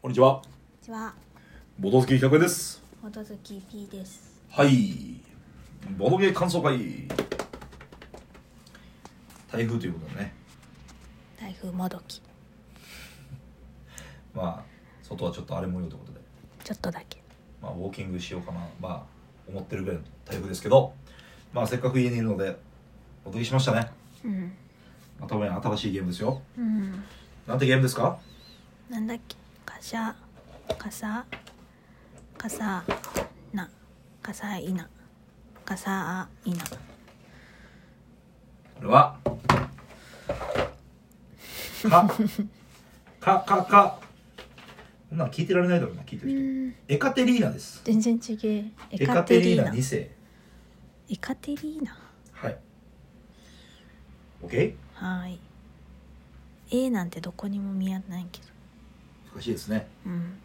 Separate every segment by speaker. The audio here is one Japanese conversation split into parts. Speaker 1: こんにちは。
Speaker 2: こんにちは、
Speaker 1: ボトスケ企画です。
Speaker 2: ほとずき P です。
Speaker 1: はい。ボドゲ感想会。台風ということでね。
Speaker 2: 台風もどき、
Speaker 1: まあ、外はちょっと荒れ模様ということで。
Speaker 2: ちょっとだけ。
Speaker 1: まあ、ウォーキングしようかな。まあ、思ってるぐらいの台風ですけど。まあ、せっかく家にいるので。お届けしましたね。
Speaker 2: うん、
Speaker 1: またもや新しいゲームですよ。
Speaker 2: うん、
Speaker 1: なんてゲームですか。
Speaker 2: なんだっけ、かしゃ、かさ、かさ、な、かさいな、かさあいな。
Speaker 1: これは。か。か、か、か。こんなん聞いてられないだろうな、聞いてる
Speaker 2: ん、
Speaker 1: 人。エカテリーナです。
Speaker 2: 全然違え。
Speaker 1: エカテリーナ
Speaker 2: エ
Speaker 1: 2世。
Speaker 2: カテリーナ。
Speaker 1: はい。OK?
Speaker 2: はーい。A なんてどこにも見当たらないけど。
Speaker 1: 難しいですね。
Speaker 2: うん、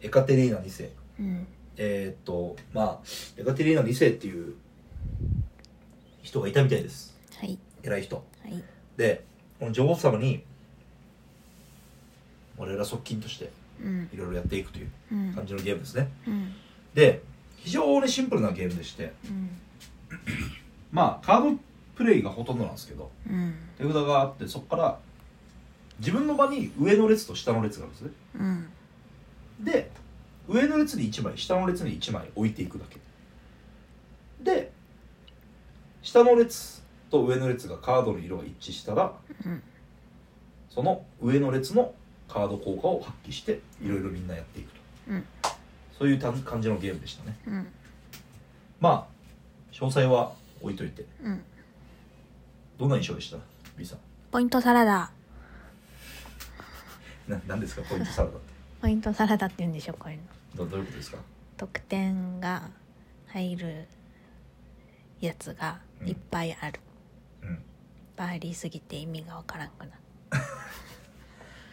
Speaker 1: エカテリーナ2世。
Speaker 2: うん、
Speaker 1: えーっと、まあ、エカテリーナ2世っていう人がいたみたいです。
Speaker 2: はい、
Speaker 1: 偉い人。
Speaker 2: はい、
Speaker 1: で、この女王様に、我ら側近として
Speaker 2: うん、
Speaker 1: いろいろやっていくという
Speaker 2: うん、
Speaker 1: 感じのゲームですね。
Speaker 2: うん、
Speaker 1: で、非常にシンプルなゲームでして、
Speaker 2: うん、
Speaker 1: まあ、カードプレイがほとんどなんですけど、
Speaker 2: うん、
Speaker 1: 手札があって、そこから、自分の場に上の列と下の列があるんですね。
Speaker 2: うん、
Speaker 1: で上の列に1枚下の列に1枚置いていくだけで下の列と上の列がカードの色が一致したら
Speaker 2: うん、
Speaker 1: その上の列のカード効果を発揮していろいろみんなやっていくと、
Speaker 2: うん
Speaker 1: そういうた感じのゲームでしたね
Speaker 2: うん、
Speaker 1: まあ詳細は置いといて
Speaker 2: うん。
Speaker 1: どんな印象でした B さん
Speaker 2: ポイントサラダ。
Speaker 1: な何ですかポイントサラダって
Speaker 2: ポイントサラダって言うんでしょこういうの
Speaker 1: どどういうことですか
Speaker 2: 得点が入るやつがいっぱいある、
Speaker 1: うん
Speaker 2: いっぱいありすぎて意味がわからんくなる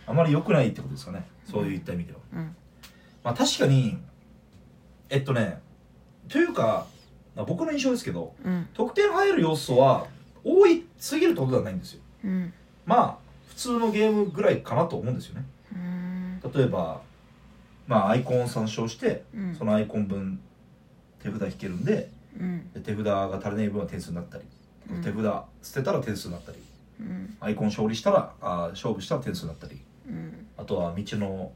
Speaker 1: あまり良くないってことですかねそういった意味では、
Speaker 2: うん
Speaker 1: まあ確かにえっとねというか、まあ僕の印象ですけど
Speaker 2: うん
Speaker 1: 得点入る要素は多いすぎるってことではないんですよ
Speaker 2: うん
Speaker 1: まあ普通のゲームぐらいかなと思うんですよね
Speaker 2: うーん
Speaker 1: 例えばまあアイコンを参照して
Speaker 2: うん
Speaker 1: そのアイコン分手札引けるんで
Speaker 2: うん
Speaker 1: で手札が足りない分は点数になったり
Speaker 2: うん
Speaker 1: 手札捨てたら点数になったり
Speaker 2: うん
Speaker 1: アイコン勝利したらあー勝負したら点数になったり
Speaker 2: うん
Speaker 1: あとは道の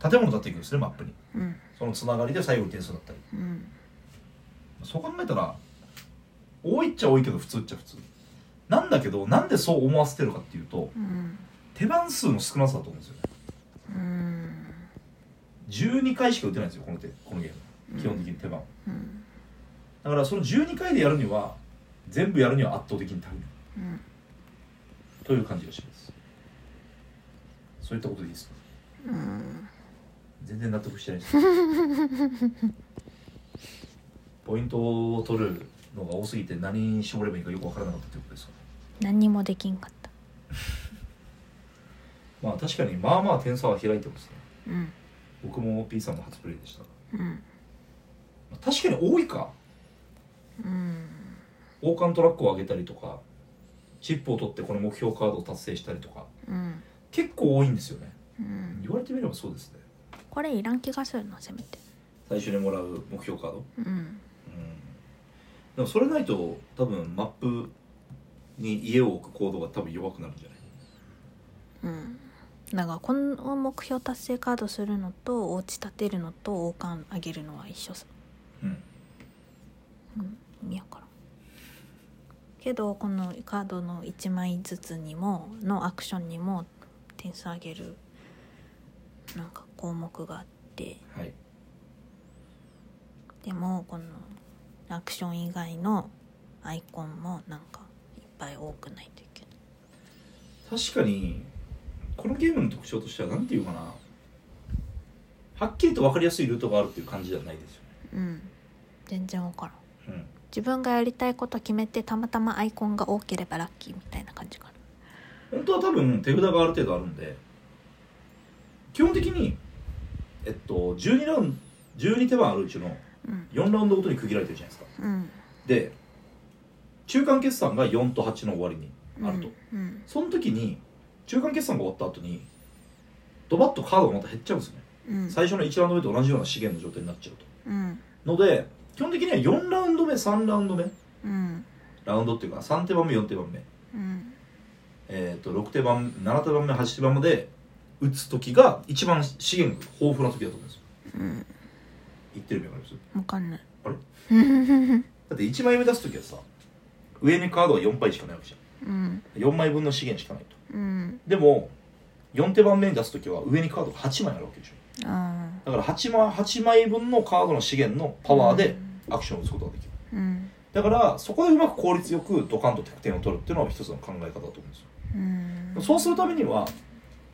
Speaker 1: 建物を建てていくんですねマップに
Speaker 2: うん
Speaker 1: そのつながりで最後に点数になったり
Speaker 2: うん
Speaker 1: そう考えたら多いっちゃ多いけど普通っちゃ普通なんだけどなんでそう思わせてるかっていうと
Speaker 2: うん
Speaker 1: 手番数の少なさだと思うんですよね
Speaker 2: うん
Speaker 1: 12回しか打てないんですよこの手このゲーム基本的に手番、
Speaker 2: うん
Speaker 1: だからその12回でやるには全部やるには圧倒的に足りない
Speaker 2: うん
Speaker 1: という感じがしますそういったことでいいですか
Speaker 2: うん
Speaker 1: 全然納得して ないですポイントを取るのが多すぎて何に絞ればいいかよく分からなかったということですか
Speaker 2: 何にもできんかった
Speaker 1: まあ確かにまあまあ点差は開いてますね
Speaker 2: うん
Speaker 1: 僕も P さんの初プレイでした
Speaker 2: うん
Speaker 1: 確かに多いか
Speaker 2: うん
Speaker 1: 王冠トラックを上げたりとかチップを取ってこの目標カードを達成したりとか
Speaker 2: うん
Speaker 1: 結構多いんですよね
Speaker 2: うん
Speaker 1: 言われてみればそうですね
Speaker 2: これいらん気がするのせめて
Speaker 1: 最初にもらう目標カードうん
Speaker 2: うん
Speaker 1: でもそれないと多分マップに家を置く行動が多分弱くなるんじゃない
Speaker 2: うん、だからこの目標達成カードするのとお家建てるのと王冠あげるのは一緒さ、
Speaker 1: うん
Speaker 2: うん、意味わからんけどこのカードの1枚ずつにものアクションにも点数あげるなんか項目があって
Speaker 1: はい
Speaker 2: でもこのアクション以外のアイコンもなんかいっぱい多くないといけない
Speaker 1: 確かにこのゲームの特徴としては何ていうかなはっきりと分かりやすいルートがあるっていう感じじゃないですよね
Speaker 2: うん全然わからん
Speaker 1: うん
Speaker 2: 自分がやりたいこと決めてたまたまアイコンが多ければラッキーみたいな感じかな
Speaker 1: 本当は多分手札がある程度あるんで基本的にえっと12ラウンド12手番あるうちの
Speaker 2: うん
Speaker 1: 4ラウンドごとに区切られてるじゃないですか
Speaker 2: うん
Speaker 1: で中間決算が4と8の終わりにあると、
Speaker 2: うん
Speaker 1: その時に中間決算が終わった後にドバッとカードがまた減っちゃうんですね、
Speaker 2: うん
Speaker 1: 最初の1ラウンド目と同じような資源の状態になっちゃう
Speaker 2: うん
Speaker 1: とので基本的には4ラウンド目3ラウンド目
Speaker 2: うん
Speaker 1: ラウンドっていうか3手番目4手番目、
Speaker 2: うん
Speaker 1: えー、と6手番7手番目8手番目で打つ時が一番資源が豊富な時だと思うんですよ
Speaker 2: うん
Speaker 1: 言ってる意味わかります
Speaker 2: わかんない
Speaker 1: あれ
Speaker 2: うん
Speaker 1: だって1枚目出す時はさ上にカードは4倍しかないわけじ
Speaker 2: うん
Speaker 1: ゃん4枚分の資源しかないと
Speaker 2: うん
Speaker 1: でも4手番目に出す時は上にカードが8枚あるわけでしょ
Speaker 2: あ
Speaker 1: だから8枚 ,8 枚分のカードの資源のパワーでアクションを打つことができる
Speaker 2: ーうん
Speaker 1: だからそこでうまく効率よくドカンと得点を取るっていうのは一つの考え方だと思うんです
Speaker 2: うん
Speaker 1: よそうするためには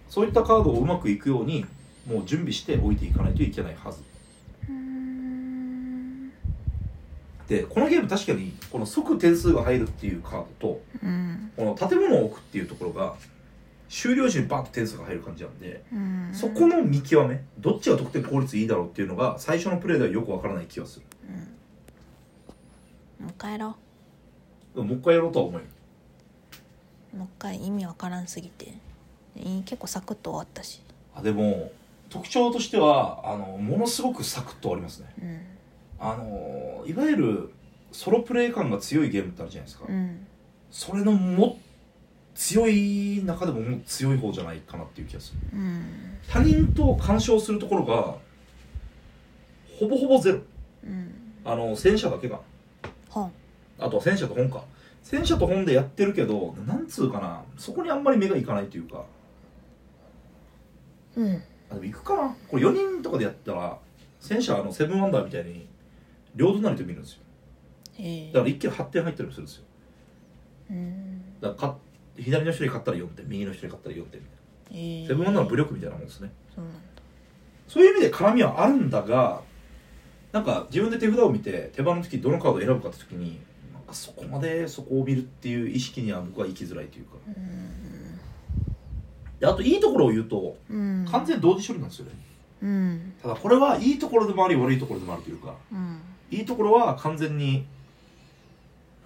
Speaker 1: そういったカードをうまくいくようにもう準備して置いていかないといけないはず
Speaker 2: うん
Speaker 1: でこのゲーム確かにこの即点数が入るっていうカードと
Speaker 2: うん
Speaker 1: この建物を置くっていうところが終了時にバンと点数が入る感じなんで
Speaker 2: うん
Speaker 1: そこの見極めどっちが得点効率いいだろうっていうのが最初のプレーではよくわからない気がする
Speaker 2: もう一回やろ
Speaker 1: でももう一回やろうとは思うよ
Speaker 2: うもう一回意味わからんすぎてえー結構サクッと終わったし
Speaker 1: あでも特徴としてはあのものすごくサクッとありますね
Speaker 2: うん
Speaker 1: あのいわゆるソロプレイ感が強いゲームってあるじゃないですか、
Speaker 2: うん
Speaker 1: それのも強い中でももう強い方じゃないかなっていう気がする
Speaker 2: うん
Speaker 1: 他人と干渉するところがほぼほぼゼロ
Speaker 2: うん
Speaker 1: あの戦車だけが
Speaker 2: 本
Speaker 1: あとは戦車と本か戦車と本でやってるけどなんつうかなそこにあんまり目がいかないというか
Speaker 2: うん
Speaker 1: あでも行くかなこれ4人とかでやったら戦車あのセブンワンダーみたいに両隣と見るんですよ
Speaker 2: ええ
Speaker 1: だから一気に8点入ったりもするんですよ
Speaker 2: うん
Speaker 1: だからか左の人に勝ったら4点右の人に勝ったら4点みたい
Speaker 2: ええ
Speaker 1: なセブンワンダーの武力みたいなもんですね
Speaker 2: そうなんだ
Speaker 1: そういう意味で絡みはあるんだがなんか自分で手札を見て手番の時どのカードを選ぶかって時になんかそこまでそこを見るっていう意識には僕は行きづらいというか
Speaker 2: うん
Speaker 1: であといいところを言うと
Speaker 2: うん
Speaker 1: 完全同時処理なんですよね
Speaker 2: うん
Speaker 1: ただこれはいいところでもあり悪いところでもあるというか
Speaker 2: うん
Speaker 1: いいところは完全に、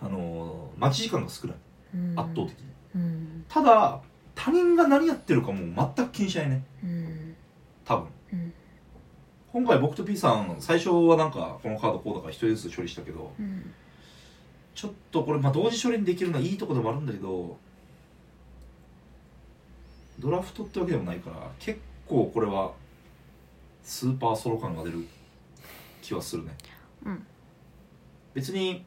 Speaker 1: あのー待ち時間が少ない
Speaker 2: うん
Speaker 1: 圧倒的に、
Speaker 2: うん
Speaker 1: ただ他人が何やってるかもう全く気にしないね
Speaker 2: うん
Speaker 1: 多分
Speaker 2: うん
Speaker 1: 今回僕と P さん最初はなんかこのカードこうだから一人ずつ処理したけど
Speaker 2: うん
Speaker 1: ちょっとこれまあ同時処理にできるのはいいとこでもあるんだけどドラフトってわけでもないから結構これはスーパーソロ感が出る気はするね
Speaker 2: うん
Speaker 1: 別に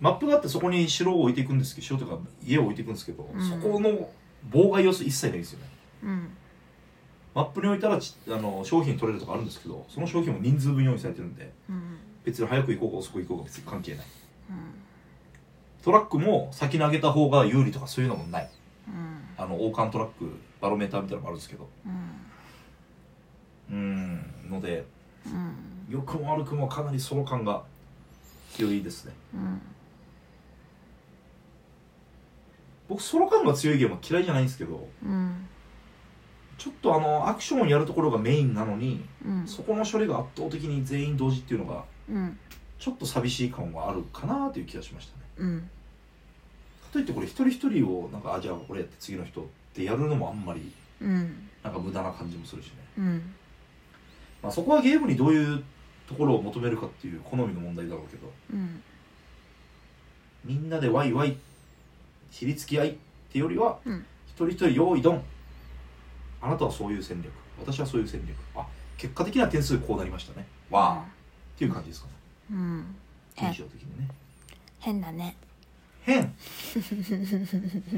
Speaker 1: マップがあってそこに城を置いていくんですけど城というか家を置いていくんですけど、
Speaker 2: うん
Speaker 1: そこの妨害要素一切ないですよね
Speaker 2: うん
Speaker 1: マップに置いたらちあの商品取れるとかあるんですけどその商品も人数分用意されてるんで
Speaker 2: うん
Speaker 1: 別に早く行こうか遅く行こうか別に関係ない
Speaker 2: うん
Speaker 1: トラックも先に上げた方が有利とかそういうのもない
Speaker 2: うん
Speaker 1: あの王冠トラックバロメーターみたいなのもあるんですけどう
Speaker 2: うん
Speaker 1: ーんので
Speaker 2: うん
Speaker 1: 良くも悪くもかなりソロ感が強いですね
Speaker 2: うん
Speaker 1: 僕ソロ感が強いゲームは嫌いじゃないんですけど
Speaker 2: うん
Speaker 1: ちょっとあのアクションをやるところがメインなのに
Speaker 2: うん
Speaker 1: そこの処理が圧倒的に全員同時っていうのが
Speaker 2: うん
Speaker 1: ちょっと寂しい感はあるかなという気がしましたね
Speaker 2: うん
Speaker 1: かといってこれ一人一人をなんかあじゃあ俺やって次の人ってやるのもあんまり
Speaker 2: うん
Speaker 1: なんか無駄な感じもするしね、
Speaker 2: うん
Speaker 1: まあ、そこはゲームにどういうところを求めるかっていう好みの問題だろうけど
Speaker 2: うん
Speaker 1: みんなでワイワイひりつき合いってよりは、
Speaker 2: うん
Speaker 1: 一人一人用意ドンあなたはそういう戦略私はそういう戦略あ結果的な点数こうなりましたねわあっていう感じですかね
Speaker 2: うん変
Speaker 1: 印象的にね
Speaker 2: 変だね
Speaker 1: 変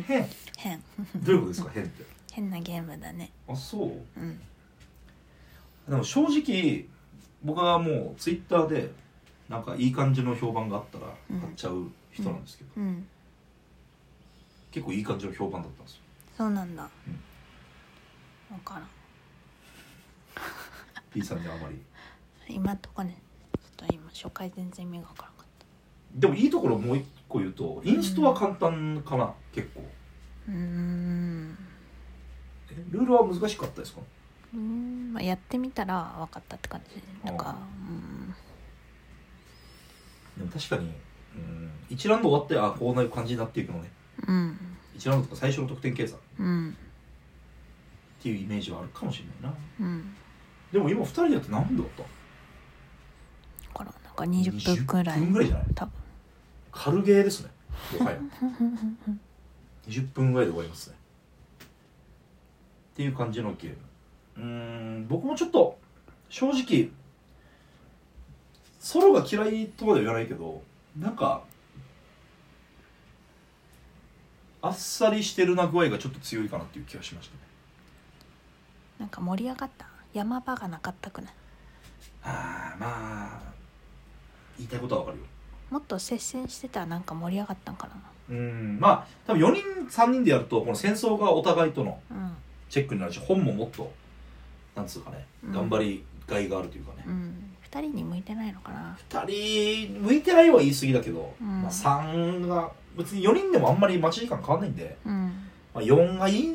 Speaker 1: 変
Speaker 2: 変
Speaker 1: どういうことですか変って
Speaker 2: 変なゲームだね
Speaker 1: あそう
Speaker 2: うん
Speaker 1: でも正直僕はもうツイッターでなんかいい感じの評判があったら
Speaker 2: うん
Speaker 1: 買っちゃう人なんですけど、
Speaker 2: うん
Speaker 1: 結構いい感じの評判だったんですよ
Speaker 2: そうなんだ
Speaker 1: うん
Speaker 2: 分からん
Speaker 1: P さんにはあまり
Speaker 2: 今んとこねちょっと今紹介全然意味が分からんかっ
Speaker 1: でもいいところもう一個言うとインストは簡単かな、結構
Speaker 2: たうーん
Speaker 1: えルールは難しかったですか
Speaker 2: うーんまあやってみたら分かったって感じなんかう
Speaker 1: で
Speaker 2: ん
Speaker 1: も確かにうん1ラウンド終わってあこうなる感じになっていくのね
Speaker 2: うん
Speaker 1: 1ラウンドとか最初の得点計算
Speaker 2: うん
Speaker 1: っていうイメージはあるかもしれないな
Speaker 2: うん
Speaker 1: でも今2人だと何分だった
Speaker 2: だからなんか20分くらい
Speaker 1: 20分ぐらいじゃない
Speaker 2: 多分
Speaker 1: 軽ゲーですねもはや20分ぐらいで終わりますねっていう感じのゲームうーん僕もちょっと正直ソロが嫌いとまでは言わないけどなんかあっさりしてるな具合がちょっと強いかなっていう気がしましたね
Speaker 2: なんか盛り上がった山場がなかったくない
Speaker 1: あーまあ言いたいことはわかるよ
Speaker 2: もっと接戦してたらなんか盛り上がったんかな
Speaker 1: うんまあ多分4人3人でやるとこの戦争がお互いとの
Speaker 2: うん
Speaker 1: チェックになるし本ももっとなんつうかね
Speaker 2: うん
Speaker 1: 頑張りがいがあるというかね、
Speaker 2: うん2人に向いてないのかな
Speaker 1: 2人向いてないは言い過ぎだけど、
Speaker 2: うん
Speaker 1: まあ、3が別に4人でもあんまり待ち時間変わんないんで、
Speaker 2: うん
Speaker 1: まあ、4がいい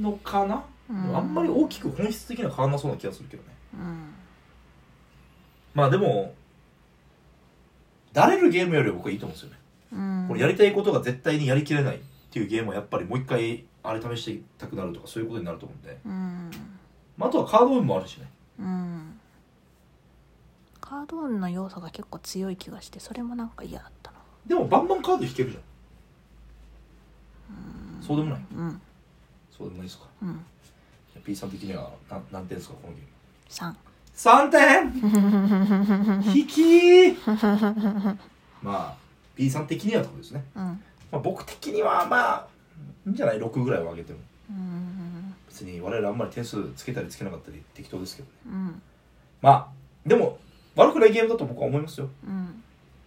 Speaker 1: のかな、
Speaker 2: うん
Speaker 1: あんまり大きく本質的には変わんなそうな気がするけどね
Speaker 2: うん
Speaker 1: まあでもだれるゲームよりは僕はいいと思うんですよね、
Speaker 2: うん
Speaker 1: これやりたいことが絶対にやりきれないっていうゲームはやっぱりもう一回あれ試していきたくなるとかそういうことになると思うんで、
Speaker 2: うん
Speaker 1: まあ、あとはカード運もあるしね
Speaker 2: うんカード運の要素が結構強い気がしてそれもなんか嫌だったな
Speaker 1: でもバンバンカード引けるじゃんそうでもない
Speaker 2: うん
Speaker 1: そうでもないですか
Speaker 2: うん
Speaker 1: じゃあ P さん的にはな何点ですかこのゲーム
Speaker 2: 3
Speaker 1: 3点引きまあ P さん的にはってことですね、
Speaker 2: うん
Speaker 1: まあ、僕的にはまあいいんじゃない6ぐらいは上げても
Speaker 2: うん
Speaker 1: 別に我々あんまり点数つけたりつけなかったり適当ですけどね
Speaker 2: うん
Speaker 1: まあでも悪くないゲームだと僕は思いますよ
Speaker 2: うん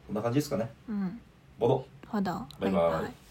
Speaker 1: こんな感じですかね
Speaker 2: うん
Speaker 1: ボド
Speaker 2: ほど
Speaker 1: バイバイ
Speaker 2: イ